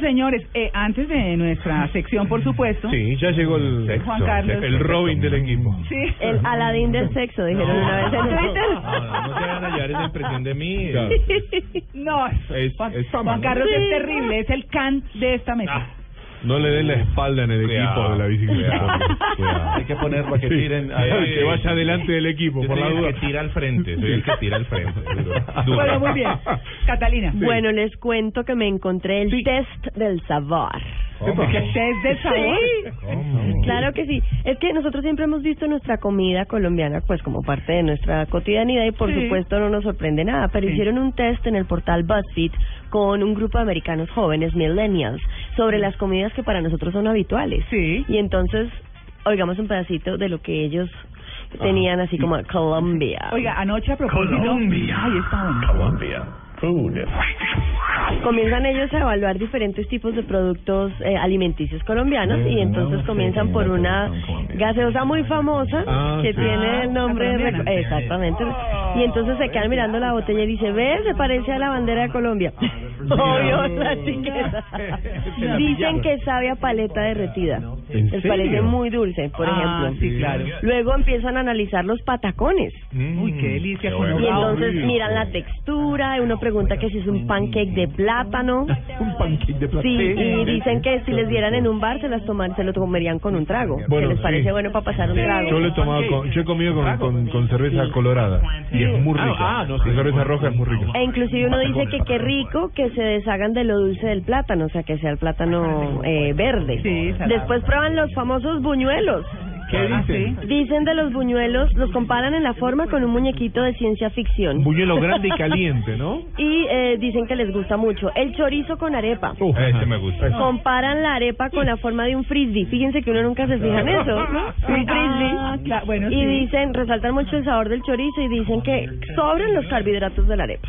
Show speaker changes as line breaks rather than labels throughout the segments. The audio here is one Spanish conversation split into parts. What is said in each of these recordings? Señores, eh, antes de nuestra sección, por supuesto.
Sí, ya llegó el,
Sexo, Juan Carlos.
el Robin del equipo.
Sí.
El Aladín del sexo, dijeron una vez en Twitter.
no, no te van a llevar esa impresión de mí. eh.
No,
Es-
Juan,
es fama,
Juan
¿no?
Carlos es
Sí.
terrible, es el can de esta mesa.
Ah,
No le den la espalda en el
Cuidado.
equipo de la bicicleta.
Cuidado.
Cuidado.
Hay que ponerlo a que tiren.
Sí.
a-
Eh,
que vaya adelante del equipo,
Yo
por la
soy el
duda.
que tira al frente, soy el que tira al frente. duro, Ah, duro.
Bueno, muy bien. Catalina.
Bueno, les cuento que me encontré el test del sabor.
¿Cómo?
Test de sabor.
¿Cómo?
Claro que sí. Es que nosotros siempre hemos visto nuestra comida colombiana pues como parte de nuestra cotidianidad y por
Sí.
supuesto no nos sorprende nada, pero
Sí.
hicieron un test en el portal BuzzFeed con un grupo de americanos jóvenes, millennials, sobre las comidas que para nosotros son habituales.
Sí.
Y entonces, oigamos un pedacito de lo que ellos
Ah,
tenían así como Colombia.
Oiga, anoche a propósito. Ay, está bueno.
Colombia. Food.
Comienzan ellos a evaluar diferentes tipos de productos eh, alimenticios colombianos y entonces comienzan por una gaseosa muy famosa
Ah,
que
sí.
tiene el nombre de-
colombiana.
exactamente y entonces se quedan mirando la botella y dice ve se parece a la bandera de Colombia obvio la etiqueta dicen que sabe a paleta derretida
¿En
les parece
serio?
muy dulce por
Ah,
ejemplo
sí, claro.
luego empiezan a analizar los patacones
Uy,
Mm,
qué delicia.
Qué
con
bueno.
y
Ah,
ahogado.
entonces miran la textura, y uno pregunta que si es un pancake de plátano.
Un pancake de
Sí, y
Sí.
dicen que si les dieran en un bar se las toman, se lo comerían con un trago.
Bueno,
que les parece
sí.
bueno para pasar un trago.
Yo lo he tomado con, yo he comido con, con, con cerveza colorada y es muy
Ah,
rica.
ah, no, sí.
La cerveza roja es muy rica.
E inclusive uno dice que qué rico que se deshagan de lo dulce del plátano, o sea, que sea el plátano eh, verde.
Sí, salado.
Después prueban los famosos buñuelos.
¿Qué
Ah,
dicen?
sí.
Dicen de los buñuelos, los comparan en la forma con un muñequito de ciencia ficción.
Un buñuelo grande y caliente, ¿no?
Y eh, dicen que les gusta mucho. El chorizo con arepa.
Uh,
Ese me gusta.
Comparan la arepa con la forma de un frisbee. Fíjense que uno nunca se fija en eso. Un
Ah,
frisbee.
claro, bueno,
Y
sí.
dicen, resaltan mucho el sabor del chorizo y dicen que sobran los carbohidratos de la arepa.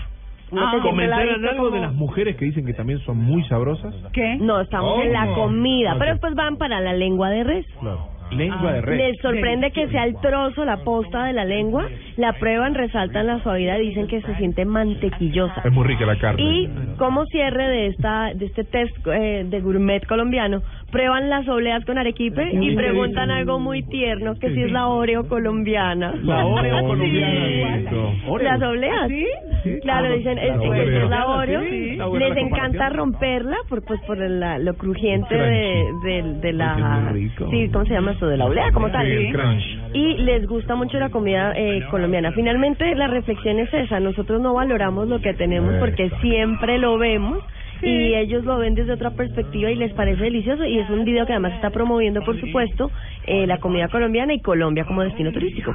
Uno
Ah,
que siempre la ha
¿Comentaron
visto
algo de
como-
las mujeres que dicen que también son muy sabrosas?
¿Qué?
No, estamos en la
Oh.
comida. Pero
Ok.
después van para la lengua de res.
Claro. Lengua de res.
Les sorprende que sea el trozo, la posta de la lengua. La prueban, resaltan la suavidad y dicen que se siente mantequillosa.
Es muy rica la carne.
Ah, Y como cierre de esta de este test eh, de gourmet colombiano, prueban las obleas con arequipe y preguntan algo muy tierno, que si es la Oreo colombiana.
La Oreo
Sí.
colombiana.
Las obleas.
¿Sí? Sí.
¿Ah, Claro,
Ah,
dicen,
claro,
es, es-
Oreo.
es la Oreo.
Sí, sí.
Les encanta romperla por pues por el- la- lo crujiente de,
Crunchy.
de, de
Oye,
la...
muy rico.
Sí, ¿cómo se llama esto? De la oblea, como tal.
Sí, el crunch.
Y les gusta mucho la comida eh, colombiana. Finalmente, la reflexión es esa. Nosotros no valoramos lo que tenemos porque
Exacto.
siempre lo vemos. Y ellos lo ven desde otra perspectiva y les parece delicioso. Y es un video que además está promoviendo, por supuesto, eh, la comida colombiana y Colombia como destino turístico.